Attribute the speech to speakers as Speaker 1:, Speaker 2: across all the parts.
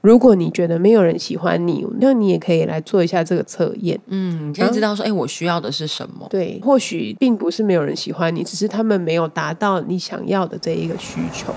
Speaker 1: 如果你觉得没有人喜欢你，那你也可以来做一下这个测验。
Speaker 2: 嗯，你可以知道说，哎、我需要的是什么。
Speaker 1: 对，或许并不是没有人喜欢你，只是他们没有达到你想要的这一个需求。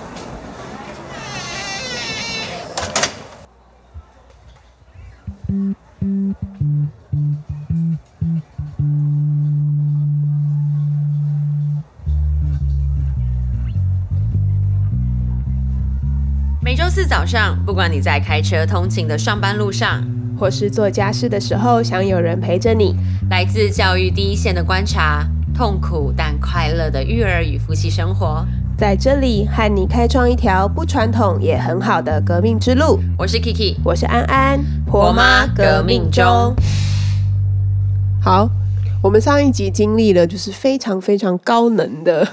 Speaker 2: 每周四早上，不管你在开车通勤的上班路上，
Speaker 1: 或是做家事的时候，想有人陪着你。
Speaker 2: 来自教育第一线的观察，痛苦但快乐的育儿与夫妻生活。
Speaker 1: 在这里和你开创一条不传统也很好的革命之路。
Speaker 2: 我是 Kiki，
Speaker 1: 我是安安，
Speaker 2: 婆妈革命中。
Speaker 1: 好，我们上一集经历了就是非常非常高能的，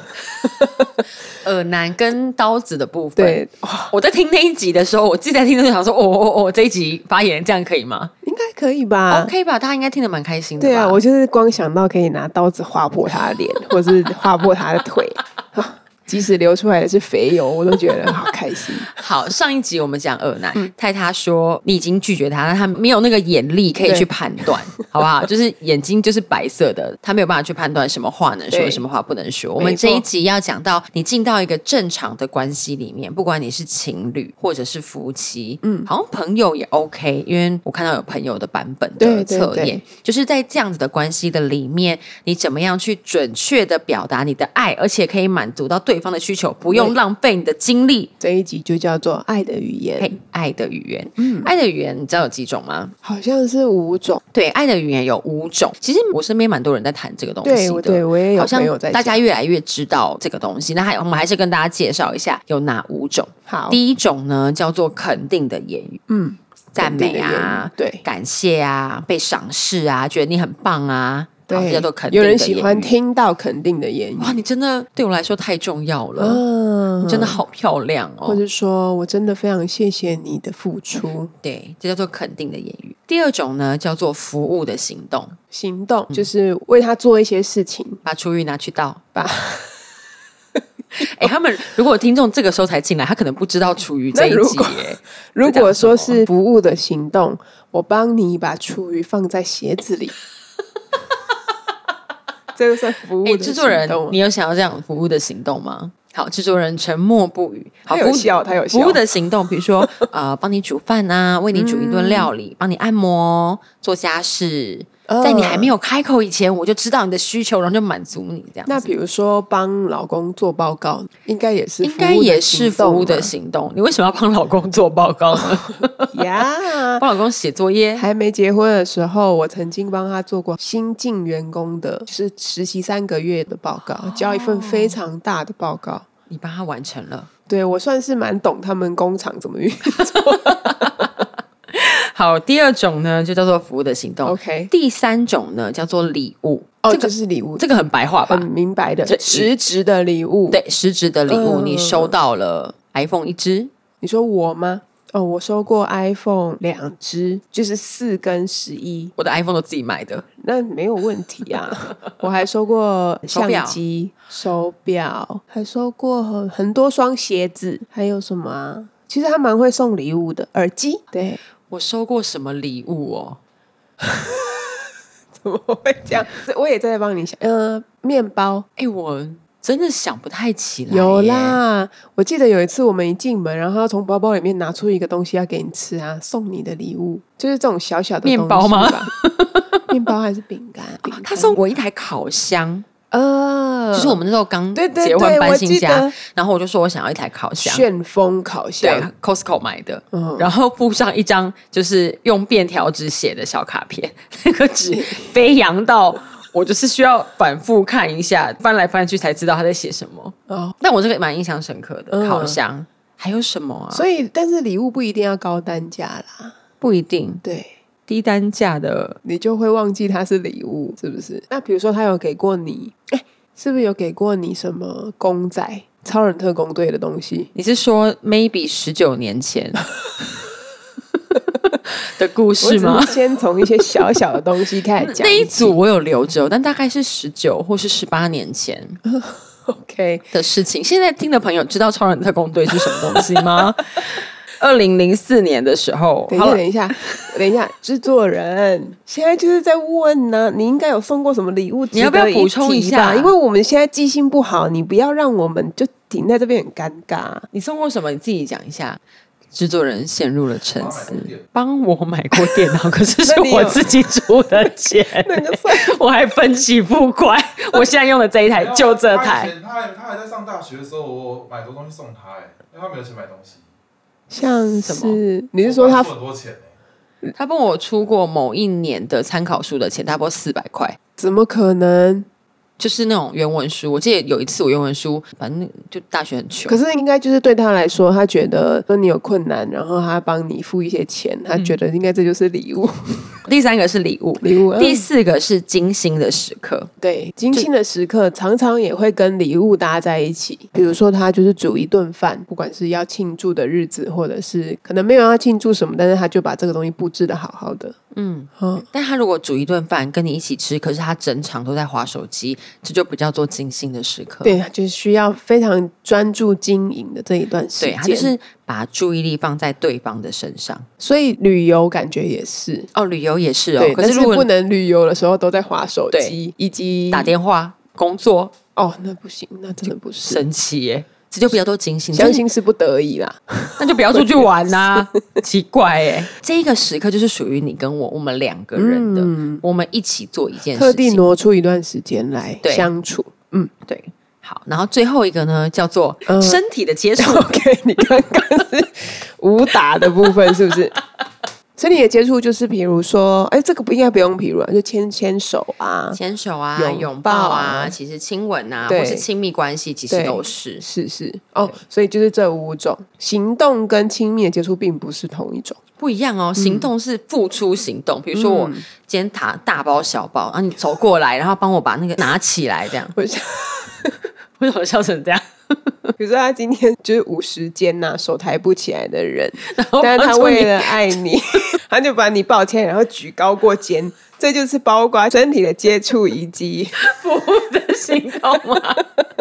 Speaker 2: 耳男跟刀子的部分。，
Speaker 1: 对，哦
Speaker 2: 我在听那一集的时候，我自己在听的时候想说，哦哦哦，这一集发言这样可以吗、
Speaker 1: 应该可以吧
Speaker 2: o k 吧？大家应该听得蛮开心的
Speaker 1: 啊
Speaker 2: 吧。
Speaker 1: 对啊，我就是光想到可以拿刀子划破他的 脸，或是划破他的腿，啊即使流出来的是肥油，我都觉得好开 心。
Speaker 2: 好，上一集我们讲二奶，
Speaker 1: 嗯
Speaker 2: 泰他说你已经拒绝他，但他没有那个眼力可以去判断，好不好？就是眼睛就是白色的，他没有办法去判断什么话能说，
Speaker 1: 对
Speaker 2: 什么话不能说。我们这一集要讲到你进到一个正常的关系里面，不管你是情侣或者是夫妻，嗯，好像朋友也 OK，因为我看到有朋友的版本的
Speaker 1: 对对
Speaker 2: 测验，
Speaker 1: 对
Speaker 2: 就是在这样子的关系的里面，你怎么样去准确的表达你的爱，而且可以满足到对方的需求，不用
Speaker 1: 对
Speaker 2: 浪费你的精力
Speaker 1: 这一集就叫做《爱的语言》
Speaker 2: 配爱的语言。嗯，爱的语言你知道有几种吗？
Speaker 1: 好像是五种。
Speaker 2: 对，爱的语言有五种。其实我身边蛮多人在谈这个东西
Speaker 1: 对，
Speaker 2: 的。
Speaker 1: 我对我也有
Speaker 2: 好像
Speaker 1: 朋友在
Speaker 2: 大
Speaker 1: 讲。
Speaker 2: 家越来越知道这个东西，那还我们还是跟大家介绍一下有哪五种。
Speaker 1: 好，
Speaker 2: 第一种呢叫做肯定的言语，
Speaker 1: 嗯，
Speaker 2: 赞
Speaker 1: 肯
Speaker 2: 美啊，
Speaker 1: 定的言语对
Speaker 2: 感谢啊，被赏识啊，觉得你很棒啊，好这
Speaker 1: 对，
Speaker 2: 叫做肯定
Speaker 1: 有
Speaker 2: 的言
Speaker 1: 人
Speaker 2: 语。
Speaker 1: 喜欢听到肯定的言语，
Speaker 2: 哇，你真的对我来说太重要了，
Speaker 1: 嗯
Speaker 2: 你真的，好漂亮哦，
Speaker 1: 或者说我真的非常谢谢你的付出。
Speaker 2: 对，这叫做肯定的言语。第二种呢，叫做服务的行动，
Speaker 1: 行动就是为他做一些事情，
Speaker 2: 把厨余拿去倒。
Speaker 1: 把
Speaker 2: 哎、他们如果听众这个时候才进来，他可能不知道厨余这一
Speaker 1: 那如
Speaker 2: 集
Speaker 1: 果
Speaker 2: 耶。
Speaker 1: 如果说是服务的行动，我帮你把厨余放在鞋子里， 这个算服务
Speaker 2: 哎、
Speaker 1: 的
Speaker 2: 制作人
Speaker 1: 行动，啊吗
Speaker 2: 你有想要这样服务的行动吗？好，制作人沉默不语。好，
Speaker 1: 他
Speaker 2: 服
Speaker 1: 有
Speaker 2: 务
Speaker 1: 笑，他有笑
Speaker 2: 服务的行动，比如说呃，帮你煮 饭啊，为你煮一顿料理，帮你按摩，做家事。
Speaker 1: 嗯
Speaker 2: 在你还没有开口以前，我就知道你的需求，然后就满足你这样子。
Speaker 1: 那比如说帮老公做报告，应该也是
Speaker 2: 应该也是服务的行
Speaker 1: 啊
Speaker 2: 动。你为什么要帮老公做报 告呢？
Speaker 1: 动 呀。
Speaker 2: 帮老公写作业？
Speaker 1: 还没结婚的时候，我曾经帮他做过新进员工的，就是实习三个月的报告，交一份
Speaker 2: 哦
Speaker 1: 非常大的报告。
Speaker 2: 你帮他完成了。
Speaker 1: 对我算是蛮懂他们工厂怎么运。
Speaker 2: 好，第二种呢，就叫做服务的行动。
Speaker 1: OK，
Speaker 2: 第三种呢，叫做礼物。
Speaker 1: 哦，
Speaker 2: 这
Speaker 1: 这
Speaker 2: 个
Speaker 1: 是礼物，
Speaker 2: 这个很白话吧
Speaker 1: 很？明白的
Speaker 2: 这，
Speaker 1: 实质的礼物。，
Speaker 2: 对，实质的礼物，
Speaker 1: 嗯
Speaker 2: 你收到了 iPhone 一只，
Speaker 1: 你说我吗？哦，我收过 iPhone 两只，就是四跟十一，
Speaker 2: 我的 iPhone 都自己买的。
Speaker 1: 那没有问题 啊。我还收过
Speaker 2: 手表
Speaker 1: 相机、手表，还收过很很多双鞋子，还有什么啊？其实他蛮会送礼物的，耳机。对，
Speaker 2: 我收过什么礼物哦？
Speaker 1: 怎么会 这样？我也在帮你想，呃，面包。
Speaker 2: 哎，我真的想不太起来。
Speaker 1: 有，啦，我记得有一次我们一进门，然后他从包包里面拿出一个东西要给你吃啊，送你的礼物就是这种小小的
Speaker 2: 面包吗
Speaker 1: 东西吧？ 面包还是饼干？饼干
Speaker 2: 他送我一台烤箱，
Speaker 1: 呃，
Speaker 2: 就是我们那时候刚
Speaker 1: 对对
Speaker 2: 结婚
Speaker 1: 对
Speaker 2: 搬
Speaker 1: 我
Speaker 2: 新
Speaker 1: 记
Speaker 2: 家
Speaker 1: 得，
Speaker 2: 然后我就说我想要一台烤箱。
Speaker 1: 旋风烤
Speaker 2: 对
Speaker 1: 箱，
Speaker 2: Costco 买的，
Speaker 1: 嗯
Speaker 2: 然后附上一张就是用便条纸写的小卡片， 那个纸飞扬到我就是需要反复看一下，翻来翻去才知道他在写什么。
Speaker 1: 哦，
Speaker 2: 但我这个蛮印象深刻的，
Speaker 1: 嗯
Speaker 2: 烤箱还有什么啊？
Speaker 1: 所以但是礼物不一定要高单价啦，
Speaker 2: 不一定
Speaker 1: 对。
Speaker 2: 低单价的
Speaker 1: 你就会忘记它是礼物，是不是？那比如说他有给过你，哎，是不是有给过你什么公仔、超人特工队的东西？
Speaker 2: 你是说 maybe 十九年前的故事
Speaker 1: 我
Speaker 2: 吗
Speaker 1: 只？是先从一些小小的东西开始讲
Speaker 2: 那一
Speaker 1: 起。
Speaker 2: 组我有留着，但大概是十九或是十八年前。
Speaker 1: OK，
Speaker 2: 的事情。现在听的朋友知道超人特工队是什么东西吗？
Speaker 3: 二零零四年的时候，
Speaker 1: 等一
Speaker 3: 好
Speaker 1: 下，
Speaker 3: 了
Speaker 1: 等，一下， 等一下，制作人现在就是在问呢、你应该有送过什么礼物？
Speaker 2: 你要不要
Speaker 1: 值得一
Speaker 2: 补充一
Speaker 1: 提吧
Speaker 2: 下
Speaker 1: 因为我们现在记性不好，你不要让我们就停在这边很尴尬。
Speaker 2: 你送过什么？你自己讲一下。制作人陷入了沉思，帮我买过电脑，可 是是
Speaker 1: 那你有
Speaker 2: 我自己出的钱，
Speaker 1: 那个算
Speaker 3: 我还分期付 款。我现在用的这一台哎就这
Speaker 4: 啊他以
Speaker 3: 台，
Speaker 4: 前他还他还在上大学的时候，我买很多东西送他、哎，因为他没有钱买东西。
Speaker 1: 像
Speaker 2: 什
Speaker 1: 是你是说他
Speaker 4: 我买了很多钱、哎
Speaker 2: 他帮我出过某一年的参考书的钱，差不多四百块，
Speaker 1: 怎么可能？
Speaker 2: 就是那种原文书。我记得有一次我原文书，反正就大学很穷
Speaker 1: 可，是应该就是对他来说，他觉得说你有困难，然后他帮你付一些钱，
Speaker 2: 嗯
Speaker 1: 他觉得应该这就是礼物。
Speaker 3: 第三个是礼物，
Speaker 1: 礼物
Speaker 2: 第
Speaker 1: 嗯
Speaker 2: 四个是精心的时刻，
Speaker 1: 对，精心的时刻常常也会跟礼物搭在一起。比如说，他就是煮一顿饭，不管是要庆祝的日子，或者是可能没有要庆祝什么，但是他就把这个东西布置的好好的。
Speaker 2: 嗯。
Speaker 1: 嗯，
Speaker 2: 但他如果煮一顿饭跟你一起吃，可是他整场都在划手机，这就不叫做精心的时刻。
Speaker 1: 对，就是需要非常专注经营的这一段时
Speaker 2: 对，
Speaker 1: 间。
Speaker 2: 他就是把注意力放在对方的身上。
Speaker 1: 所以旅游感觉也是。
Speaker 2: 哦，旅游也是哦
Speaker 1: 对，，
Speaker 2: 可
Speaker 1: 但
Speaker 2: 是
Speaker 1: 是
Speaker 2: 如果
Speaker 1: 不能旅游的时候都在划手
Speaker 2: 对
Speaker 1: 机，以及
Speaker 2: 打电话、工作，
Speaker 1: 哦，那不行，那真的不是，
Speaker 2: 神奇耶，这就比较多警醒，
Speaker 1: 相信是不得已啦。
Speaker 2: 那就不要出去玩啦、奇怪耶，这一个时刻就是属于你跟我，我们两个人的，
Speaker 1: 嗯
Speaker 2: 我们一起做一件
Speaker 1: 特
Speaker 2: 事
Speaker 1: 地
Speaker 2: 情，
Speaker 1: 挪出一段时间来
Speaker 2: 对
Speaker 1: 相处。嗯
Speaker 2: 对。好，然后最后一个呢，叫做
Speaker 1: 嗯
Speaker 2: 身体的 接触。
Speaker 1: ，OK，你刚刚是武打的部分是不 是？身体的接触就是，比如说，哎，这个不应该不用，比如啊，就牵牵手啊，
Speaker 2: 牵手啊，
Speaker 1: 拥
Speaker 2: 拥抱
Speaker 1: 抱
Speaker 2: 啊，
Speaker 1: 啊
Speaker 2: 其实亲吻啊，
Speaker 1: 对
Speaker 2: 或是亲密关系，其实
Speaker 1: 对
Speaker 2: 都是。
Speaker 1: 是是哦，所以就是这五种行动跟亲密的接触并不是同一种。
Speaker 2: 不一样
Speaker 1: 嗯
Speaker 2: 哦，行动是付出行动，比如说我今天打大包小包，然后你走过来，然后帮我把那个拿起来，这样
Speaker 1: 我想，
Speaker 2: 为什么笑成这样？
Speaker 1: 比如说他今天就是五十肩呐、手抬不起来的人，
Speaker 2: 后
Speaker 1: 但是他
Speaker 2: 帮助
Speaker 1: 为
Speaker 2: 你
Speaker 1: 了爱你， 他就把你抱起来，然后举高过肩，这就是包括身体的接触以及
Speaker 3: 服务的行动吗？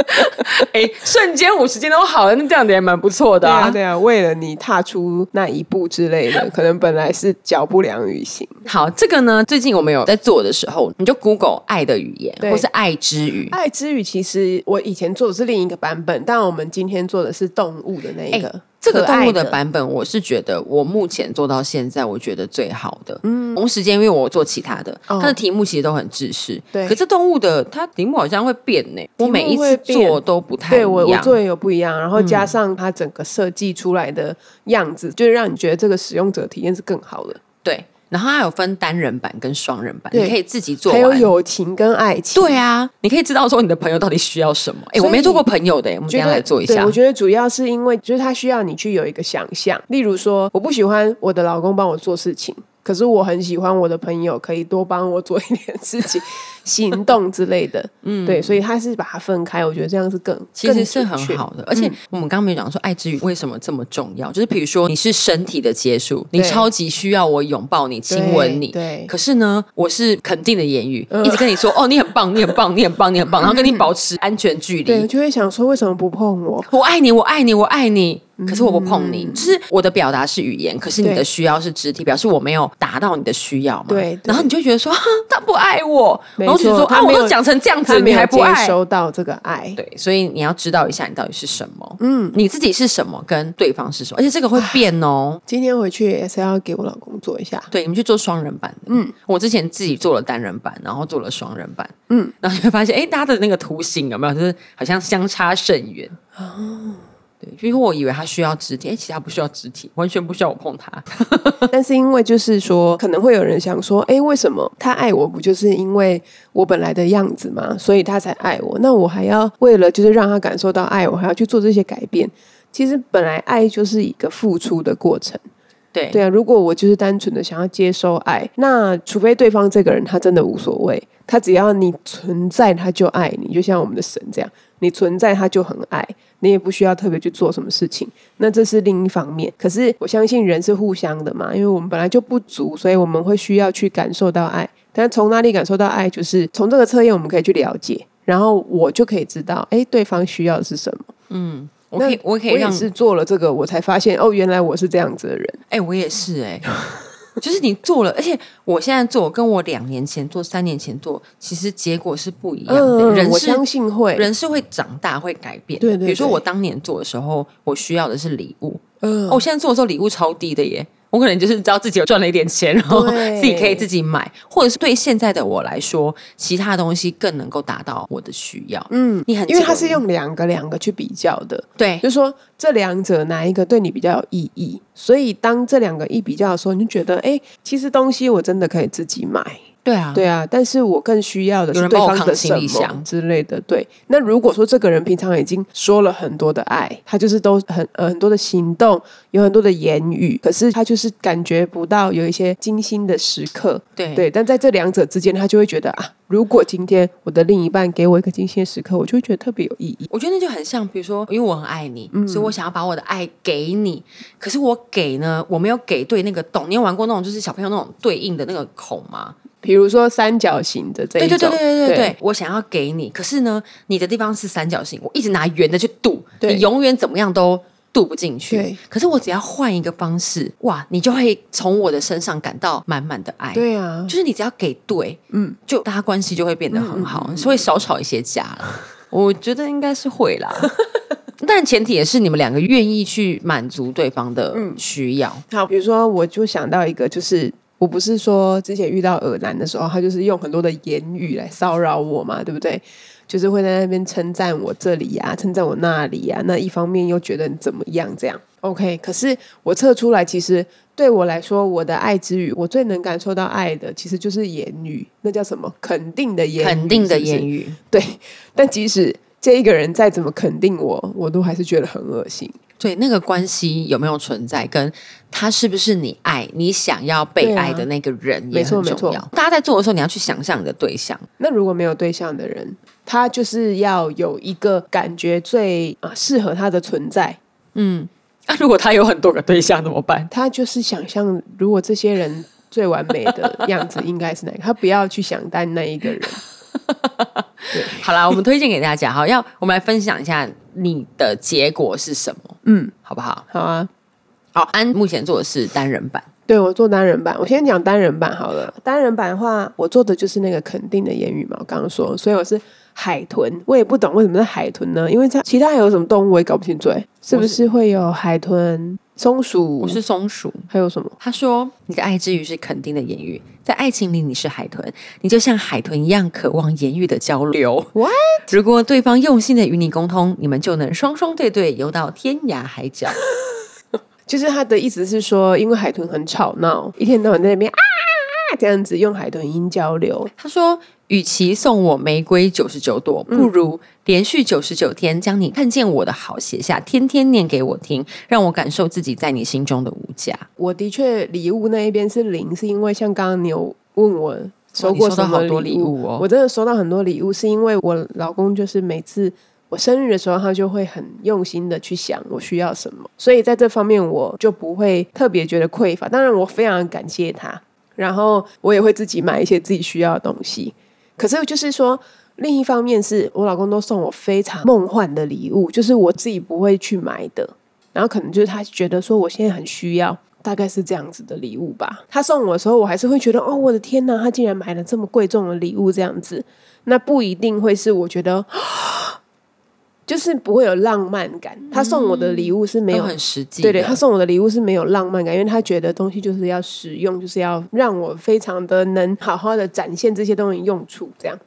Speaker 3: 哎、瞬间五十斤都好了，那这样子也蛮不错的、
Speaker 1: 对啊对啊，为了你踏出那一步之类 的，可能本来是脚不良于行，
Speaker 3: 好，这个呢，最近我们有在 做的时候，
Speaker 2: 你就 Google 爱的语言，
Speaker 1: 对
Speaker 2: 或是爱之语。
Speaker 1: 爱之语，其实我以前做的是另一个版本，但我们今天做的是动物的那一个、
Speaker 2: 哎这个
Speaker 1: 哎可爱
Speaker 2: 动物的版本，我是觉得我目前做到现在，我觉得最好的。嗯，同时间因为我做其他的，
Speaker 1: 哦
Speaker 2: 它的题目其实都很制式。
Speaker 1: 对
Speaker 2: 可是动物的它题目好像会变呢，我
Speaker 1: 目
Speaker 2: 每一次
Speaker 1: 会变
Speaker 2: 做都不太一
Speaker 1: 对
Speaker 2: 样。
Speaker 1: 我我做也有不一样，然后加上它整个设计出来的样子，就是让你觉得这个使用者体验是更好的。
Speaker 2: 对，然后它有分单人版跟双人版，
Speaker 1: 对
Speaker 2: 你可以自己做
Speaker 1: 还
Speaker 2: 完。
Speaker 1: 有友情跟爱情，
Speaker 2: 对啊，你可以知道说你的朋友到底需要什么。哎，
Speaker 1: 所以
Speaker 2: 我没做过朋友的，我们等一
Speaker 1: 觉
Speaker 2: 下
Speaker 1: 得
Speaker 2: 来做一
Speaker 1: 对
Speaker 2: 下
Speaker 1: 我。觉得主要是因为，就是他需要你去有一个想象。例如说，我不喜欢我的老公帮我做事情，可是我很喜欢我的朋友可以多帮我做一点事 情，行动之类的。嗯，对，所以他是把它分开，我觉得这样是更
Speaker 2: 其实是
Speaker 1: 更
Speaker 2: 很。
Speaker 1: 准确嗯
Speaker 2: 好的，而且我们刚刚没有讲说爱之语为什么这么重要，就是比如说你是身体的接触，你
Speaker 1: 对
Speaker 2: 超级需要我拥抱你、亲吻你，
Speaker 1: 对对呃
Speaker 2: 可是呢，我是肯定的言语，一直跟你说哦，你很棒，你很棒，你很棒，你 很棒，然后跟你保持安全距
Speaker 1: 对，
Speaker 2: 离。
Speaker 1: 就会想说为什么不碰我？
Speaker 2: 我爱你，我爱你，我爱你。可是我不碰你，就是我的表达是语言，可是你
Speaker 1: 嗯对
Speaker 2: 的需要是肢体，表示我没有达到你的需要嘛。
Speaker 1: 对对
Speaker 2: 然后你就觉得说哈他不爱我，
Speaker 1: 没
Speaker 2: 然后就
Speaker 1: 错
Speaker 2: 说
Speaker 1: 他
Speaker 2: 啊，我
Speaker 1: 没有
Speaker 2: 都讲成这样
Speaker 1: 他
Speaker 2: 子，
Speaker 1: 没
Speaker 2: 你
Speaker 1: 有
Speaker 2: 还不
Speaker 1: 接
Speaker 2: 爱。
Speaker 1: 收到这个爱，
Speaker 2: 对，所以你要知道一下你到底是什么，嗯，你自己是什么，跟对方是什么，而且这个会变哦。
Speaker 1: 今天回去也是要给我老公做一下。
Speaker 2: 对，你们去做双人版的。嗯，我之前自己做了单人版，然后做了双人版。嗯， 然后你会发现，哎，大家的那个图形有没有，就是好像相差甚远。哦，对，比如我以为他需要肢体，哎，其实他不需要肢体，完全不需要我碰他。
Speaker 1: 但是因为就是说，可能会有人想说，哎，为什么他爱我不就是因为我本来的样子吗？所以他才爱我。那我还要为了就是让他感受到爱，我还要去做这些改变。其实本来爱就是一个付出的过程，
Speaker 2: 对，
Speaker 1: 对啊。如果我就是单纯的想要接收爱，那除非对方这个人他真的无所谓，他只要你存在他就爱你，就像我们的神这样，你存在他就很爱，你也不需要特别去做什么事情。那这是另一方面。可是我相信人是互相的嘛，因为我们本来就不足，所以我们会需要去感受到爱。但从哪里感受到爱，就是从这个测验我们可以去了解，然后我就可以知道，哎，对方需要的是什么。嗯，
Speaker 2: 我可以，我可以
Speaker 1: 我也
Speaker 2: 让，
Speaker 1: 是做了这个，我才发现哦，原来我是这样子的人。
Speaker 2: 哎、我也是、哎，就是你做了，而且我现在做跟我两年前做、三年前做，其实结果是不一样的。人
Speaker 1: 呃嗯我
Speaker 2: 是
Speaker 1: 相信会，
Speaker 2: 人是会长大、会改变。
Speaker 1: 对对对
Speaker 2: 比如说我当年做的时候，我需要的是礼物，
Speaker 1: 嗯
Speaker 2: 哦，我现在做的时候礼物超低的耶。我可能就是知道自己有赚了一点钱，然后
Speaker 1: 对
Speaker 2: 自己可以自己买，或者是对现在的我来说，其他东西更能够达到我的需要。嗯，你很
Speaker 1: 因为它
Speaker 2: 记得
Speaker 1: 是用两个两个去比较的，
Speaker 2: 对
Speaker 1: 就是说这两者哪一个对你比较有意义？所以当这两个一比较的时候，你就觉得，哎、其实东西我真的可以自己买，
Speaker 2: 对啊，
Speaker 1: 对啊，但是我更需要的
Speaker 2: 有
Speaker 1: 是
Speaker 2: 人
Speaker 1: 对
Speaker 2: 帮我
Speaker 1: 方
Speaker 2: 扛
Speaker 1: 的什
Speaker 2: 行李
Speaker 1: 么
Speaker 2: 箱
Speaker 1: 之类的。对，那如果说这个人平常已经说了很多的爱，他就是都很呃很多的行动，有很多的言语，可是他就是感觉不到有一些精心的时刻，
Speaker 2: 对
Speaker 1: 对，但在这两者之间，他就会觉得啊，如果今天我的另一半给我一个精心的时刻，我就会觉得特别有意义。
Speaker 2: 我觉得那就很像，比如说，因为我很爱你，
Speaker 1: 嗯
Speaker 2: 所以我想要把我的爱给你。可是我给呢，我没有给对那个洞。你有玩过那种就是小朋友那种对应的那个孔吗？
Speaker 1: 比如说三角形的这一
Speaker 2: 对对
Speaker 1: 种，
Speaker 2: 对对对对
Speaker 1: 对
Speaker 2: 对，我想要给你，可是呢，你的地方是三角形，我一直拿圆的去镀，
Speaker 1: 对
Speaker 2: 你永远怎么样都镀不进
Speaker 1: 对
Speaker 2: 去。可是我只要换一个方式，哇，你就会从我的身上感到满满的爱。
Speaker 1: 对啊
Speaker 2: 就，是你只要给对，嗯，就大家关系就会变得很
Speaker 1: 嗯
Speaker 2: 好，所以少吵一些架了。 我觉得应该是会啦，但前提也是你们两个愿意去满足对方的
Speaker 1: 嗯
Speaker 2: 需要。
Speaker 1: 好，比如说，我就想到一个，就是我不是说之前遇到耳男的时候，他就是用很多的言语来骚扰我嘛，对不对？就是会在那边称赞我这里啊，称赞我那里啊，那一方面又觉得你怎么样这样。OK，可是我测出来，其实对我来说，我的爱之语，我最能感受到爱的，其实就是言语，那叫什么？肯定的言语，
Speaker 2: 肯定的
Speaker 1: 语。
Speaker 2: 言语，
Speaker 1: 对，但即使这一个人再怎么肯定我，我都还是觉得很恶心。
Speaker 2: 对那个关系有没有存在，跟他是不是你爱、你想要被爱的那个人
Speaker 1: 对啊
Speaker 2: 也很
Speaker 1: 没错
Speaker 2: 重
Speaker 1: 没
Speaker 2: 要
Speaker 1: 错。
Speaker 2: 大家在做的时候，你要去想象你的对象。
Speaker 1: 那如果没有对象的人，他就是要有一个感觉最啊适合他的存在。
Speaker 2: 那、
Speaker 3: 啊
Speaker 2: 如果他有很多个对象怎么 办？
Speaker 1: 他就是想象，如果这些人最完美的样子应该是哪个，他不要去想但那一个人。
Speaker 2: 好啦，我们推荐给大家，好，要我们来分享一下你的结果是什么，
Speaker 1: 嗯，
Speaker 2: 好不好？
Speaker 1: 好啊，
Speaker 2: 好，安目前做的是单人版，
Speaker 1: 对我做单人版，我先讲单人版好了。单人版的话，我做的就是那个肯定的言语嘛，我刚刚说，所以我是海豚，我也不懂为什么是海豚呢？因为它其他还有什么动物我也搞不清楚、欸，是不是会有海豚、松鼠
Speaker 2: 我，是松鼠。
Speaker 1: 还有什么？
Speaker 2: 他说：“你的爱之语是肯定的言语，在爱情里你是海豚，你就像海豚一样渴望言语的交流。
Speaker 1: What？
Speaker 2: 如果对方用心的与你沟通，你们就能双双对对游到天涯海角。
Speaker 1: 就是他的意思是说，因为海豚很吵闹，一天到晚在那边啊啊啊这样子用海豚音交流。
Speaker 2: 他说：“与其送我玫瑰九十九朵，
Speaker 1: 嗯
Speaker 2: 不如连续九十九天将你看见我的好写下，天天念给我听，让我感受自己在你心中的无价。
Speaker 1: 我的确礼物那一边是零，是因为像刚刚你有问我收
Speaker 2: 哇
Speaker 1: 过
Speaker 2: 哦你收到
Speaker 1: 什么
Speaker 2: 好多
Speaker 1: 礼
Speaker 2: 礼物哦
Speaker 1: 我真的收到很多礼物，是因为我老公就是每次。我生日的时候，他就会很用心的去想我需要什么，所以在这方面我就不会特别觉得匮乏。当然，我非常感谢他，然后我也会自己买一些自己需要的东西。可是就是说，另一方面是我老公都送我非常梦幻的礼物，就是我自己不会去买的。然后可能就是他觉得说我现在很需要，大概是这样子的礼物吧。他送我的时候，我还是会觉得哦，我的天哪，他竟然买了这么贵重的礼物，这样子，那不一定会是我觉得。啊就是不会有浪漫感，他送我的礼物是”没
Speaker 2: 都
Speaker 1: 有
Speaker 2: 很实际的，
Speaker 1: 对对，他送我的礼物是没有浪漫感，因为他觉得东西就是要实用，就是要让我非常的能好好的展现这些东西用处这样。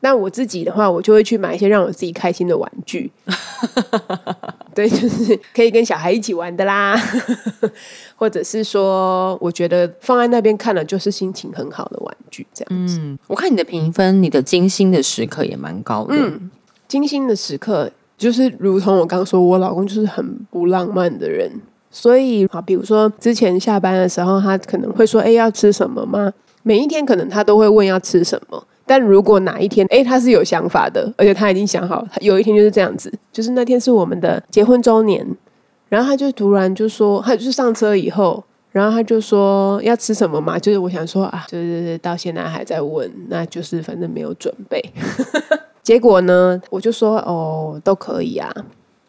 Speaker 1: 那我自己的话，我就会去买一些让我自己开心的玩具，对，就是可以跟小孩一起玩的啦， 或者是说，我觉得放在那边看了就是心情很好的玩具这样子。
Speaker 2: 嗯，我看你的评分，你的精心的时刻也蛮高的。嗯，
Speaker 1: 精心的时刻，就是如同我刚说，我老公就是很不浪漫的人，所以啊，比如说之前下班的时候，他可能会说：“哎，要吃什么吗？”每一天可能他都会问要吃什么，但如果哪一天，哎，他是有想法的，而且他已经想好，有一天就是这样子，就是那天是我们的结婚周年，然后他就突然就说，他就是上车以后。然后他就说要吃什么嘛，就是我想说啊，就是到现在还在问，那就是 反正没有准备，结果呢，我就说哦，都可以啊。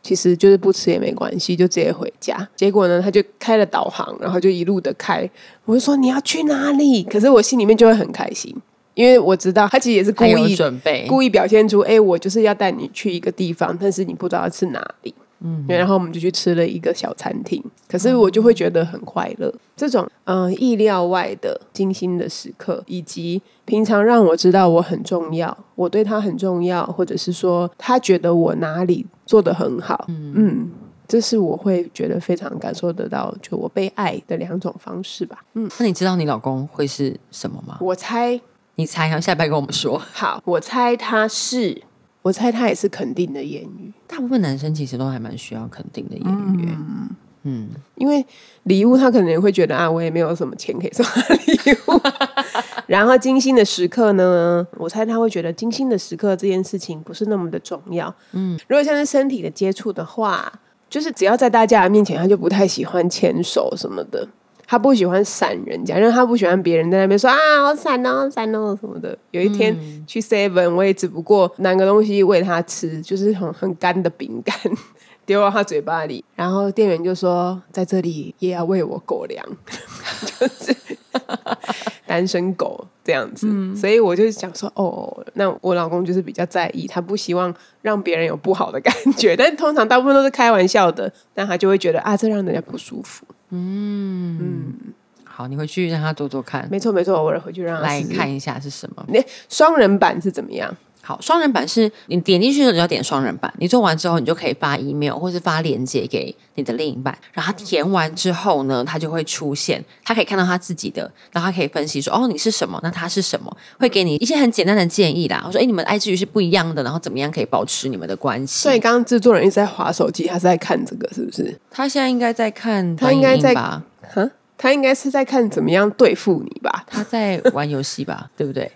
Speaker 1: 其实就是不吃也没关系，就直接回家。结果呢，他就开了导航，然后就一路的开。我就说你要去哪里？可是我心里面就会很开心，因为我知道他其实也是故
Speaker 2: 他有
Speaker 1: 意
Speaker 2: 准备，
Speaker 1: 故意表现出，哎、我就是要带你去一个地方，但是你不知道是哪里。嗯，然后我们就去吃了一个小餐厅，可是我就会觉得很快乐。这种嗯、呃意料外的精心的时刻，以及平常让我知道我很重要，我对他很重要，或者是说他觉得我哪里做得很好，嗯这是我会觉得非常感受得到，就我被爱的两种方式吧。
Speaker 2: 那你知道你老公会是什么吗？
Speaker 1: 我猜
Speaker 2: 你猜啊，下礼拜跟我们说。
Speaker 1: 好，我猜他是，我猜他也是肯定的言语。
Speaker 2: 大部分男生其实都还蛮需要肯定的言语，嗯，
Speaker 1: 因为礼物他可能会觉得啊，我也没有什么钱可以送他礼物。然后精心的时刻呢，我猜他会觉得精心的时刻这件事情不是那么的重要。嗯，如果像是身体的接触的话，就是只要在大家的面前，他就不太喜欢牵手什么的。他不喜欢闪人家，因为他不喜欢别人在那边说啊，好闪哦，好闪哦什么的。有一天去 Seven，我也只不过拿个东西喂他吃，就是很很干的饼干，丢到他嘴巴里，然后店员就说：“在这里也要喂我狗粮， 就是单身狗这样子。
Speaker 2: 嗯
Speaker 1: 所以我就想说，哦，那我老公就是比较在意，他不希望让别人有不好的感觉， 但通常大部分都是开玩笑的，但他就会觉得啊，这让人家不舒服。
Speaker 2: 好，你回去让他做做看，
Speaker 1: 没错没错，我回去让他
Speaker 2: 来
Speaker 1: 试试
Speaker 2: 看一下是什么。
Speaker 1: 那双人版是怎么样？
Speaker 2: 好，双人版是你点进去的时候你要点双人版，你做完之后你就可以发 email 或是发链接给你的另一半，然后他填完之后呢，他就会出现，他可以看到他自己的，然后他可以分析说，哦，你是什么，那他是什么，会给你一些很简单的建议啦。我说，哎，你们的爱之语是不一样的，然后怎么样可以保持你们的关系？
Speaker 1: 所以刚刚制作人一直在划手机，他是在看这个是不是？
Speaker 2: 他现在应该在看
Speaker 1: 他
Speaker 2: 短
Speaker 1: 应该
Speaker 2: 影音
Speaker 1: 在
Speaker 2: 吧，
Speaker 1: 哈，他应该是在看怎么样对付你吧？
Speaker 2: 他在玩游戏吧，对不对？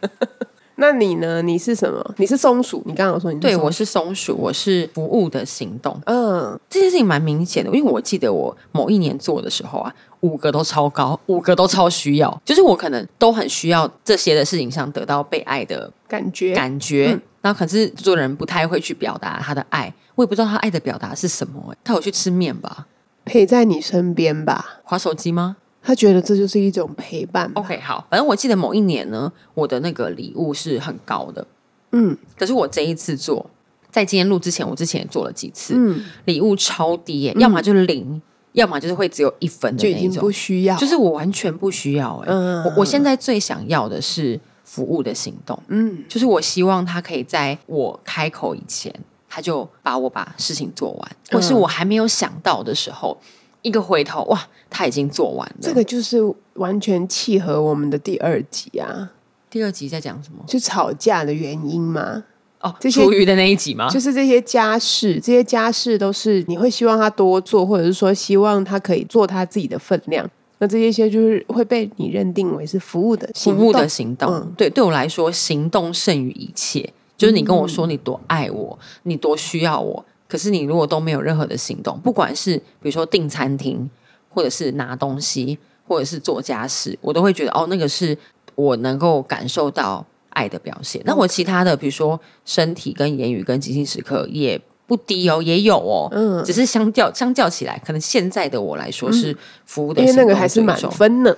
Speaker 1: 那你呢？你是什么？你是松鼠？你刚刚有说你是
Speaker 2: 对，
Speaker 1: 松鼠
Speaker 2: 我是松鼠，我是服务的行动，
Speaker 1: 嗯，
Speaker 2: 这件事情蛮明显的，因为我记得我某一年做的时候啊，五个都超高，五个都超需要，就是我可能都很需要这些的事情上得到被爱的
Speaker 1: 感觉
Speaker 2: 感觉。
Speaker 1: 嗯
Speaker 2: 那可是做人不太会去表达他的爱，我也不知道他爱的表达是什么、欸。他有去吃面吧？
Speaker 1: 陪在你身边吧。
Speaker 2: 划手机吗
Speaker 1: 他觉得这就是一种陪伴吧。
Speaker 2: ？OK，好，反正我记得某一年呢，我的那个礼物是很高的，
Speaker 1: 嗯
Speaker 2: 可是我这一次做，在今天录之前，我之前也做了几次，
Speaker 1: 嗯，
Speaker 2: 礼物超低、耶，要么就是零，要么就是会只有一分的
Speaker 1: 就
Speaker 2: 那
Speaker 1: 已
Speaker 2: 一
Speaker 1: 经
Speaker 2: 种
Speaker 1: 不。需要。
Speaker 2: 就是我完全不需要哎、
Speaker 1: 嗯
Speaker 2: 我我现在最想要的是服务的行动，
Speaker 1: 嗯，
Speaker 2: 就是我希望他可以在我开口以前，他就把我把事情做完，
Speaker 1: 嗯
Speaker 2: 或是我还没有想到的时候，一个回头哇，他已经做完了。
Speaker 1: 这个就是完全契合我们的第二集啊，
Speaker 2: 第二集在讲什么？
Speaker 1: 就吵架的原因嘛。
Speaker 2: 哦，
Speaker 1: 这些
Speaker 2: 厨余的那一集吗？
Speaker 1: 就是这些家事，这些家事都是你会希望他多做，或者是说希望他可以做他自己的分量。那这些些就是会被你认定为是服务的
Speaker 2: 服
Speaker 1: 行
Speaker 2: 务的
Speaker 1: 动
Speaker 2: 行动，
Speaker 1: 嗯
Speaker 2: 对对我来说，行动胜于一切。就是你跟我
Speaker 1: 嗯
Speaker 2: 说你多爱我，你多需要我，可是你如果都没有任何的行动，不管是比如说订餐厅，或者是拿东西，或者是做家事，我都会觉得哦，那个是我能够感受到爱的表现。那我其他的，比如说身体跟言语跟即兴时刻也。不低哦，也有哦，嗯，只是相较相较起来，可能现在的我来说是服务的
Speaker 1: 嗯因为
Speaker 2: 行动最
Speaker 1: 那
Speaker 2: 重，
Speaker 1: 个还是满分呢。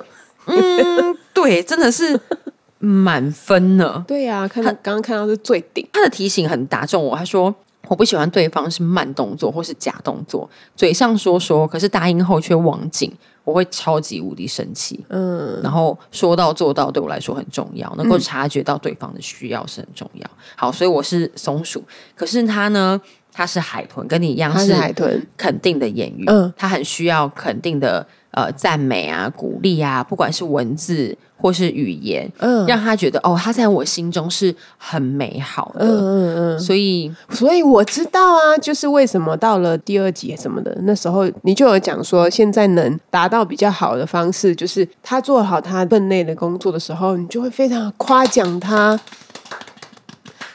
Speaker 2: 嗯，对，真的是满分呢。
Speaker 1: 对呀、啊，看到刚刚看到是最顶，
Speaker 2: 他的提醒很打中我，他说。我不喜欢对方是慢动作或是假动作，嘴上说说，可是答应后却忘记，我会超级无敌生气。
Speaker 1: 嗯，
Speaker 2: 然后说到做到对我来说很重要，能够察觉到对方的需要是很重要。好，所以我是松鼠，可是他呢，他是海豚，跟你一样
Speaker 1: 他是海豚，
Speaker 2: 肯定的言语，
Speaker 1: 嗯
Speaker 2: 他很需要肯定的呃赞美啊、鼓励啊，不管是文字或是语言，
Speaker 1: 嗯
Speaker 2: 让他觉得哦，他在我心中是很美好的。
Speaker 1: 嗯嗯
Speaker 2: 所以
Speaker 1: 嗯，所以我知道啊，就是为什么到了第二集什么的，那时候你就有讲说，现在能达到比较好的方式，就是他做好他分内的工作的时候，你就会非常夸奖他，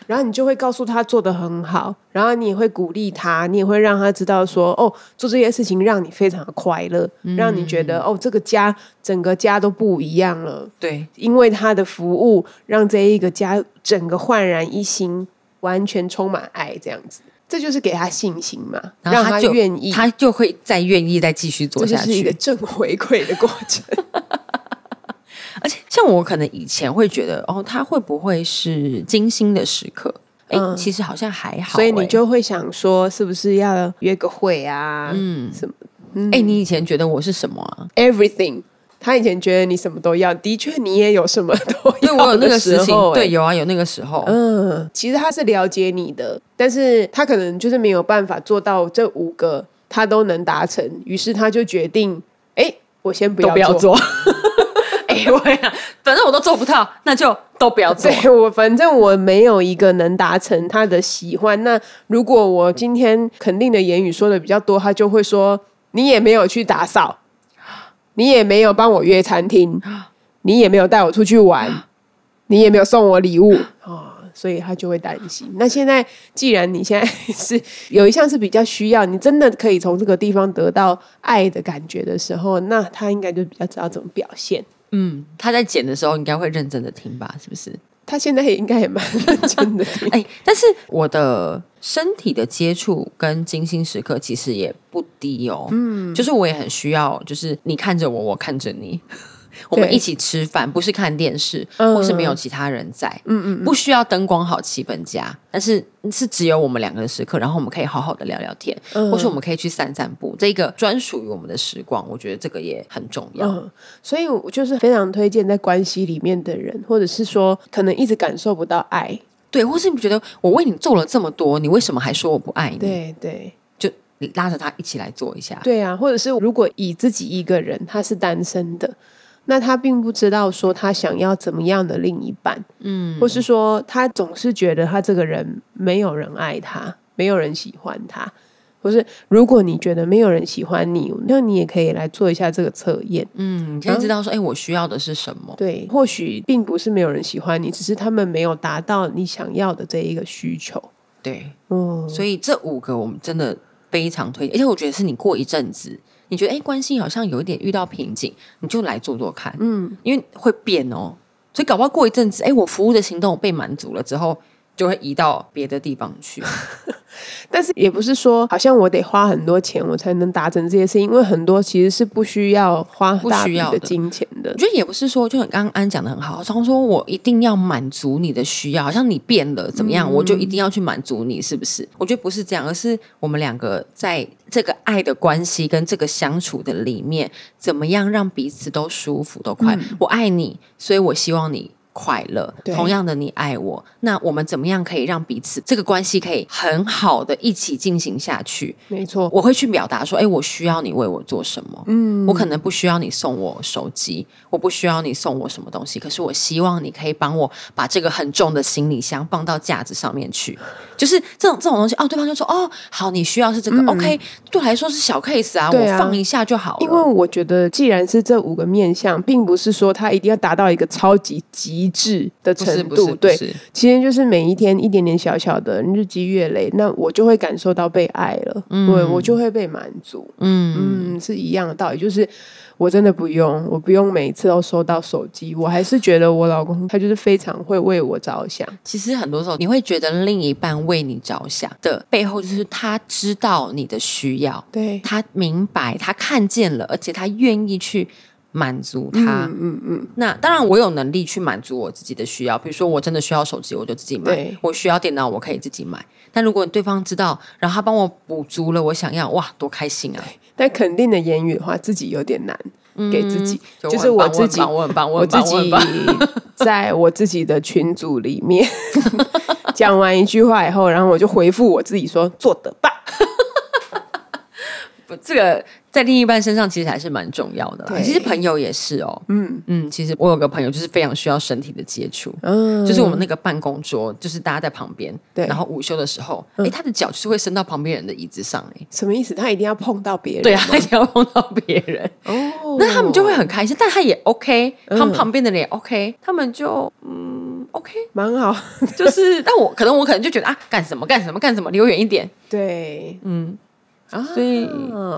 Speaker 1: 然后你就会告诉他做得很好，然后你也会鼓励他，你也会让他知道说，哦，做这些事情让你非常的快乐，让你觉得哦，这个家整个家都不一样了。
Speaker 2: 对，
Speaker 1: 因为他的服务，让这一个家整个焕然一新，完全充满爱，这样子。这就是给他信心嘛，
Speaker 2: 然后
Speaker 1: 让
Speaker 2: 就
Speaker 1: 愿意，
Speaker 2: 他就会再愿意再继续做
Speaker 1: 这就
Speaker 2: 下
Speaker 1: 是一个
Speaker 2: 去。
Speaker 1: 正回馈的过 程。
Speaker 2: 而且像我可能以前会觉得，哦，他会不会是精心的时刻？哎、
Speaker 1: 嗯
Speaker 2: 其实好像还好、
Speaker 1: 所以你
Speaker 2: 诶
Speaker 1: 就会想说，是不是要约个会啊？嗯，什么
Speaker 2: 哎、你以前觉得我是什么啊？
Speaker 1: everything。他以前觉得你什么都要，的确你也有什么都
Speaker 2: 对我
Speaker 1: 要
Speaker 2: 有那
Speaker 1: 的
Speaker 2: 个
Speaker 1: 时
Speaker 2: 事情
Speaker 1: 候、，
Speaker 2: 对，
Speaker 1: 哎
Speaker 2: 有啊，有那个时候，
Speaker 1: 嗯，其实他是了解你的，但是他可能就是没有办法做到这五个他都能达成，于是他就决定，哎，我先不
Speaker 3: 都
Speaker 1: 要
Speaker 3: 不要做。哎、我呀，反正我都做不到，那就都 不要做。
Speaker 1: 对我，反正我没有一个能达成他的喜欢。那如果我今天肯定的言语说的比较多，他就会说你也没有去打扫，你也没有帮我约餐厅，你也没有带我出去玩，你也没有送我礼物啊、所以他就会担心。那现在既然你现在是有一项是比较需要，你真的可以从这个地方得到爱的感觉的时候，那他应该就比较知道怎么表现。
Speaker 2: 嗯，他在剪的时候应该会认真的听吧，是不是？
Speaker 1: 他现在也应该也蛮认真的听。
Speaker 2: 哎、但是我的身体的接触跟精心时刻其实也不低哦，嗯，就是我也很需要，就是你看着我，我看着你。 我们
Speaker 1: 对
Speaker 2: 一起吃饭，不是看电视，
Speaker 1: 嗯
Speaker 2: 或是没有其他人在，嗯嗯，不需要灯光好、气氛佳，但是是只有我们两个的时刻，然后我们可以好好的聊聊天，或是我们可以去散散步，这个专属于我们的时光，我觉得这个也很重要。
Speaker 1: 嗯，所以我就是非常推荐在关系里面的人，或者是说可能一直感受不到爱，
Speaker 2: 对，或是你觉得我为你做了这么多，你为什么还说我不爱你？，
Speaker 1: 对对
Speaker 2: 就你拉着他一起来做一下。
Speaker 1: 对啊，或者是如果以自己一个人他是单身的，那他并不知道说他想要怎么样的另一半，嗯，或是说他总是觉得他这个人没有人爱他，没有人喜欢他。或是，如果你觉得没有人喜欢你，那你也可以来做一下这个测验。
Speaker 2: 嗯，你现在知道说，哎、我需要的是什么？
Speaker 1: 对，或许并不是没有人喜欢你，只是他们没有达到你想要的这一个需求。
Speaker 2: 对，
Speaker 1: 嗯，
Speaker 2: 所以这五个我们真的非常推荐，而且我觉得是你过一阵子，你觉得哎、关系好像有一点遇到瓶颈，你就来做做看，嗯，因为会变哦，所以搞不好过一阵子，哎、我服务的行动被满足了之后，就会移到别的地方去。
Speaker 1: 但是也不是说好像我得花很多钱我才能达成这些事，因为很多其实是不需要花
Speaker 2: 不
Speaker 1: 大
Speaker 2: 需
Speaker 1: 笔
Speaker 2: 要
Speaker 1: 的
Speaker 2: 的
Speaker 1: 金钱的
Speaker 2: 我。觉得也不是说，就很刚刚安讲的很好，常说我一定要满足你的需要，好像你变了怎么样，我就一定
Speaker 1: 嗯
Speaker 2: 要去满足你，是不是？我觉得不是这样，而是我们两个在这个爱的关系跟这个相处的里面，怎么样让彼此都舒服、都快乐。我爱你，所以我希望你。快乐，
Speaker 1: 嗯对
Speaker 2: 同样的，你爱我，那我们怎么样可以让彼此这个关系可以很好的一起进行下去？
Speaker 1: 没错，
Speaker 2: 我会去表达说，哎、我需要你为我做什么？嗯，我可能不需要你送我手机，我不需要你送我什么东西，可是我希望你可以帮我把这个很重的行李箱放到架子上面去。就是这种这种东西，哦，对方就说，哦，好，你需要是这个、o k 对我来说是小 case 啊，
Speaker 1: 嗯对
Speaker 2: 我
Speaker 1: 啊
Speaker 2: 放一下就好了。
Speaker 1: 因为我觉得既然是这五个面向，并不是说他一定要达到一个超级极致的
Speaker 2: 不
Speaker 1: 程
Speaker 2: 是
Speaker 1: 度，
Speaker 2: 不是不
Speaker 1: 对，
Speaker 2: 是，
Speaker 1: 其实就是每一天一点点小小的日积月累，那我就会感受到被爱了，
Speaker 2: 嗯
Speaker 1: 对我就会被满足，嗯是一样的道理，就是我真的不用，我不用每一次都收到手机，我还是觉得我老公他就是非常会为我着想，
Speaker 2: 其实很多时候你会觉得另一半为你着想的背后，就是他知道你的需要，
Speaker 1: 对，
Speaker 2: 他明白，他看见了，而且他愿意去满足他。嗯嗯那当然，我有能力去满足我自己的需要，比如说我真的需要手机，我就自己买
Speaker 1: 对；
Speaker 2: 我需要电脑，我可以自己买。但如果对方知道，然后他帮我补足了我想要，哇，多开心啊！
Speaker 1: 但肯定的言语的话，自己有点难、给自己，
Speaker 2: 嗯就
Speaker 1: 就是
Speaker 2: 我
Speaker 1: 我
Speaker 2: 很棒
Speaker 1: 自己，
Speaker 2: 我很棒
Speaker 1: 我
Speaker 2: 我很
Speaker 1: 自
Speaker 2: 棒我很
Speaker 1: 己
Speaker 2: 棒
Speaker 1: 在我自己的群组里面讲完一句话以后，然后我就回复我自己说做得棒。
Speaker 2: 不这个在另一半身上其实还是蛮重要的啦。
Speaker 1: 对
Speaker 2: 其实朋友也是哦，嗯嗯，其实我有个朋友就是非常需要身体的接触，
Speaker 1: 嗯，
Speaker 2: 就是我们那个办公桌，就是大家在旁边，
Speaker 1: 对
Speaker 2: 然后午休的时候，哎、他的脚就是会伸到旁边人的椅子上、哎，
Speaker 1: 什么意思？他一定要碰到别人？
Speaker 2: 对啊， 他一定要碰到别人，
Speaker 1: 哦，
Speaker 2: 那他们就会很开心，但他也 OK，他
Speaker 1: 嗯
Speaker 2: 们旁边的人也 OK，、他 们就嗯 OK，
Speaker 1: 蛮好。
Speaker 2: 就是，但我可能我可能就觉得啊，干什么干什么干什么，离我远一点，
Speaker 1: 对，
Speaker 2: 嗯，
Speaker 1: 啊，
Speaker 2: 所以、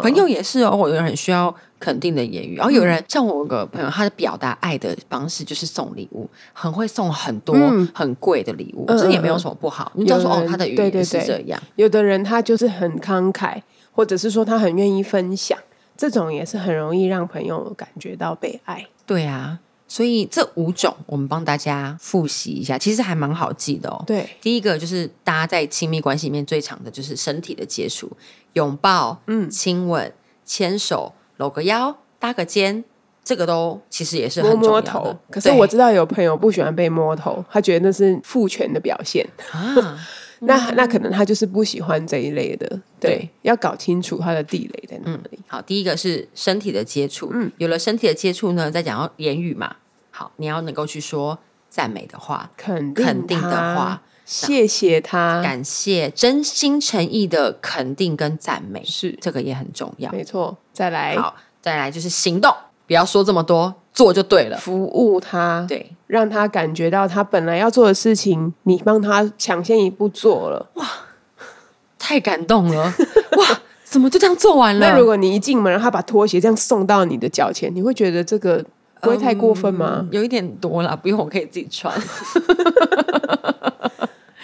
Speaker 2: 朋友也是哦，我有人很需要肯定的言语。然后有
Speaker 1: 嗯
Speaker 2: 人像我有个朋友，他的表达爱的方式就是送礼物，很会送很多
Speaker 1: 嗯
Speaker 2: 很贵的礼物，
Speaker 1: 嗯
Speaker 2: 这也没
Speaker 1: 嗯
Speaker 2: 有
Speaker 1: 嗯
Speaker 2: 什么不好。你就说
Speaker 1: 有
Speaker 2: 哦
Speaker 1: 人，
Speaker 2: 他的语
Speaker 1: 对对
Speaker 2: 言是
Speaker 1: 对
Speaker 2: 这样，
Speaker 1: 有的人他就是很慷慨，或者是说他很愿意分享，这种也是很容易让朋友感觉到被爱。
Speaker 2: 对啊。所以这五种我们帮大家复习一下，其实还蛮好记的哦。
Speaker 1: 对，
Speaker 2: 第一个就是大家在亲密关系里面最常的就是身体的接触，拥抱、
Speaker 1: 嗯
Speaker 2: 亲吻、牵手、搂个腰、搭个肩，这个都其实也是很
Speaker 1: 摸
Speaker 2: 重要
Speaker 1: 摸
Speaker 2: 的。
Speaker 1: 头。可是
Speaker 2: 对
Speaker 1: 我知道有朋友不喜欢被摸头，他觉得那是父权的表现。
Speaker 2: 啊，
Speaker 1: 那那可能他就是不喜欢这一类的。对，
Speaker 2: 对嗯
Speaker 1: 要搞清楚他的地雷在哪里。
Speaker 2: 好，第一个是身体的接触，
Speaker 1: 嗯
Speaker 2: 有了身体的接触呢，再讲到言语嘛，好，你要能够去说赞美的话，
Speaker 1: 肯定
Speaker 2: 肯定的
Speaker 1: 他
Speaker 2: 话，
Speaker 1: 谢谢他，
Speaker 2: 感谢，真心诚意的肯定跟赞美，
Speaker 1: 是
Speaker 2: 这个也很重要。
Speaker 1: 没错。再来
Speaker 2: 好，再来就是行动，不要说这么多，做就对了。
Speaker 1: 服务他，
Speaker 2: 对，
Speaker 1: 让他感觉到他本来要做的事情，你帮他抢先一步做了。
Speaker 2: 太感动 了，哇！怎么就这样做完了？
Speaker 1: 那如果你一进门，然后他把拖鞋这样送到你的脚前，你会觉得这个不会太过分吗？
Speaker 2: 嗯有一点多啦，不用我可以自己穿。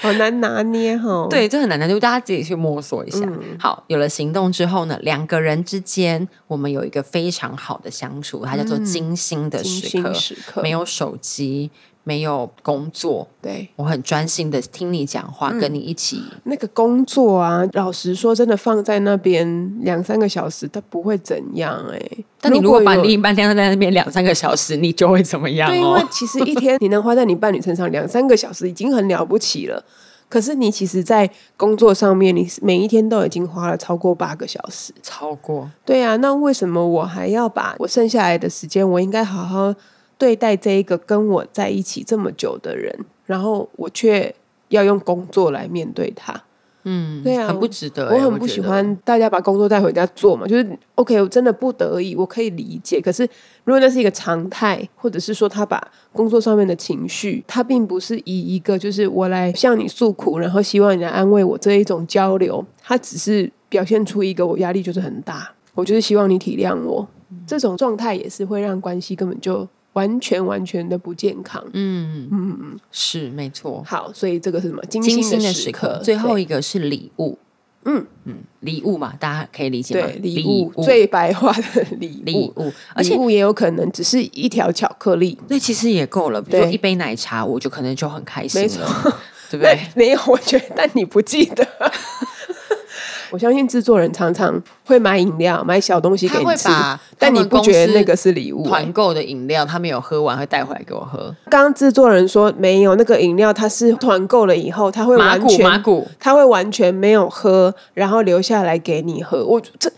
Speaker 1: 好难拿捏哈。，
Speaker 2: 对，这很难的，就大家自己去摸索一下。好，有了行动之后呢，两个人之间我们有一个非常好的相处，它叫做嗯精心的
Speaker 1: 精
Speaker 2: 时刻，
Speaker 1: 心时刻
Speaker 2: 没有手机，没有工作，
Speaker 1: 对。
Speaker 2: 我很专心的听你讲话，跟你一起。
Speaker 1: 那个工作啊，老实说，真的放在那边两三个小时，他不会怎样哎、
Speaker 2: 但你如果把
Speaker 1: 有
Speaker 2: 另一半晾在那边两三个小时，你就会怎么样
Speaker 1: 对，因为
Speaker 2: 哦？
Speaker 1: 其实一天你能花在你伴侣身上两三个小时已经很了不起了。可是你其实，在工作上面，你每一天都已经花了超过八个小时。
Speaker 2: 超过
Speaker 1: 对啊，那为什么我还要把我剩下来的时间，我应该好好对待这一个跟我在一起这么久的人，然后我却要用工作来面对他？
Speaker 2: 嗯，
Speaker 1: 对啊
Speaker 2: 很不值得欸、
Speaker 1: 我很不
Speaker 2: 觉
Speaker 1: 喜
Speaker 2: 得
Speaker 1: 欢大家把工作带回家做嘛，就是 OK，我真的不得已，我可以理解。可是如果那是一个常态，或者是说他把工作上面的情绪，他并不是以一个就是我来向你诉苦，然后希望你来安慰我这一种交流，他只是表现出一个我压力就是很大，我就是希望你体谅我，
Speaker 2: 嗯
Speaker 1: 这种状态也是会让关系根本就完全完全的不健康。
Speaker 2: 嗯嗯嗯，是没错。
Speaker 1: 好，所以这个是什么？精
Speaker 2: 精
Speaker 1: 心
Speaker 2: 心的
Speaker 1: 时
Speaker 2: 时刻，最后
Speaker 1: 对
Speaker 2: 一个是礼物。
Speaker 1: 嗯
Speaker 2: 嗯，礼物嘛，大家可以理解吗
Speaker 1: 对？礼物最嗯白话的礼物
Speaker 2: 礼物，而
Speaker 1: 礼
Speaker 2: 且
Speaker 1: 物也有可能只是一条巧克力，
Speaker 2: 那其实也够了。比如说
Speaker 1: 对
Speaker 2: 一杯奶茶，我就可能就很开心
Speaker 1: 没
Speaker 2: 了， 对不
Speaker 1: 那
Speaker 2: 对？
Speaker 1: 没有，我觉得但你不记得。 我相信制作人常常会买饮料、买小东西给
Speaker 2: 他
Speaker 1: 你
Speaker 2: 会
Speaker 1: 吃，
Speaker 2: 把
Speaker 1: 但
Speaker 2: 他
Speaker 1: 你
Speaker 2: 们
Speaker 1: 不
Speaker 2: 公
Speaker 1: 觉得
Speaker 2: 司
Speaker 1: 那个是礼物、欸
Speaker 2: 团购的饮料，他没有喝完会带回来给我喝。
Speaker 1: 刚刚制作人说没有那个饮料，它是团购了以后，他会
Speaker 2: 马
Speaker 1: 完
Speaker 2: 古马
Speaker 1: 全，
Speaker 2: 古，
Speaker 1: 他会完全没有喝，然后留下来给你喝。我这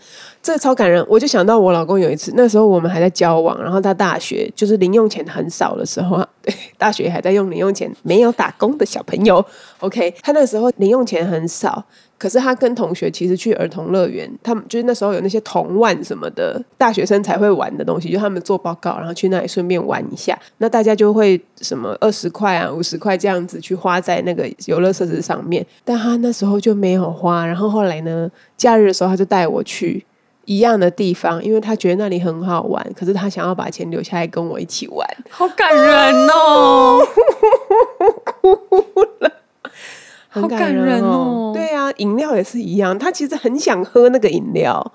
Speaker 1: 这超感人，我就想到我老公有一次，那时候我们还在交往，然后他大学就是零用钱很少的时候啊， 对，大学还在用零用钱，没有打工的小朋友，OK，他那时候零用钱很少。可是他跟同学其实去儿童乐园，他们就是那时候有那些童玩什么的，大学生才会玩的东西，就他们做报告，然后去那里顺便玩一下。那大家就会什么二十块啊、五十块这样子去花在那个游乐设施上面。但他那时候就没有花，然后后来呢，假日的时候他就带我去一样的地方，因为他觉得那里很好玩，可是他想要把钱留下来跟我一起玩。
Speaker 2: 好感人 哦！
Speaker 1: 很
Speaker 2: 好感人哦
Speaker 1: 对啊，饮料也是一样，他其实很想喝那个饮料，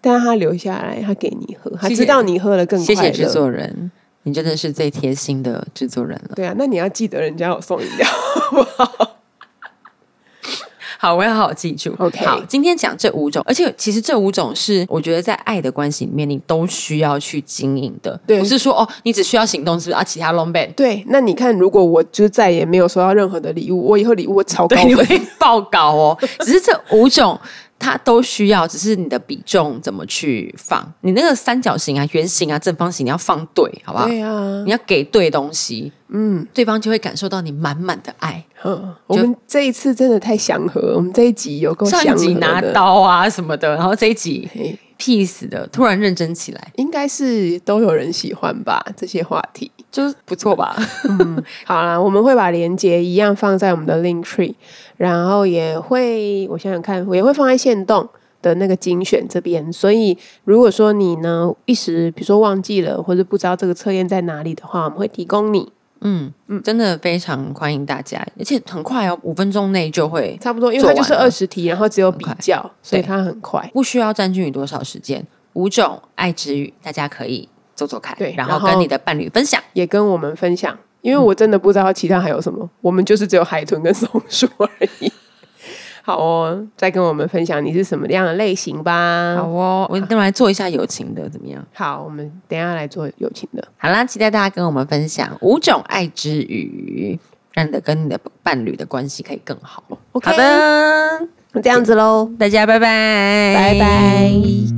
Speaker 1: 但他留下来，他给你喝，他
Speaker 2: 谢谢
Speaker 1: 知道你喝了更快
Speaker 2: 谢
Speaker 1: 乐。
Speaker 2: 谢制作人，你真的是最贴心的制作人了。
Speaker 1: 对啊，那你要记得人家有送饮料， 好不好？
Speaker 2: 好，我要好好记住。
Speaker 1: OK
Speaker 2: 好，今天讲这五种，而且其实这五种是我觉得在爱的关系里面，你都需要去经营的，
Speaker 1: 对
Speaker 2: 不是说哦，你只需要行动，是不是啊？其他 long band
Speaker 1: 对，那你看，如果我就是再也没有收到任何的礼物，我以后礼物我超高
Speaker 2: 对，你
Speaker 1: 分。
Speaker 2: 会爆稿 哦。只是这五种它都需要，只是你的比重怎么去放，你那个三角形啊、圆形啊、正方形，你要放对，好不好？
Speaker 1: 对啊
Speaker 2: 你，要给对东西，嗯，对方就会感受到你满满的爱。
Speaker 1: 嗯，我们这一次真的太祥和，我们这一集有够
Speaker 2: 上
Speaker 1: 祥
Speaker 2: 一
Speaker 1: 和
Speaker 2: 集
Speaker 1: 的。
Speaker 2: 拿刀啊什么的，然后这一集
Speaker 1: 嘿，
Speaker 2: peace 的突然认真起来。
Speaker 1: 应该是都有人喜欢吧这些话题。
Speaker 2: 就是不错吧？
Speaker 1: 嗯好啦，我们会把链接一样放在我们的 Link Tree，然后也会我想想看，我也会放在线动。的那个精选这边。所以如果说你呢一时比如说忘记了，或者不知道这个测验在哪里的话，我们会提供你
Speaker 2: 嗯嗯，真的非常欢迎大家，而且很快哦，五分钟内就会，
Speaker 1: 差不多，因为它就是
Speaker 2: 做完
Speaker 1: 二
Speaker 2: 了
Speaker 1: 十题，然后只有比
Speaker 2: 很快
Speaker 1: 较，所以
Speaker 2: 对
Speaker 1: 它很快。
Speaker 2: 不需要占据你多少时间。五种爱之语，大家可以做做看，
Speaker 1: 对
Speaker 2: 然
Speaker 1: 然
Speaker 2: 后
Speaker 1: 后
Speaker 2: 跟你的伴侣分享。
Speaker 1: 也跟我们分享，因为我真的不知道其他还有什么，我们就是只有海豚跟松鼠而已。好哦，再跟我们分享你是什么样的类型吧。
Speaker 2: 好哦，我一定来做一下友情的，怎么样？
Speaker 1: 好我们等一下来做友情的。
Speaker 2: 好啦，期待大家跟我们分享五种爱之语，让你的跟你的伴侣的关系可以更好。
Speaker 1: OK
Speaker 2: 好的，
Speaker 1: 那这样子喽，
Speaker 2: 大家拜拜，
Speaker 1: 拜拜。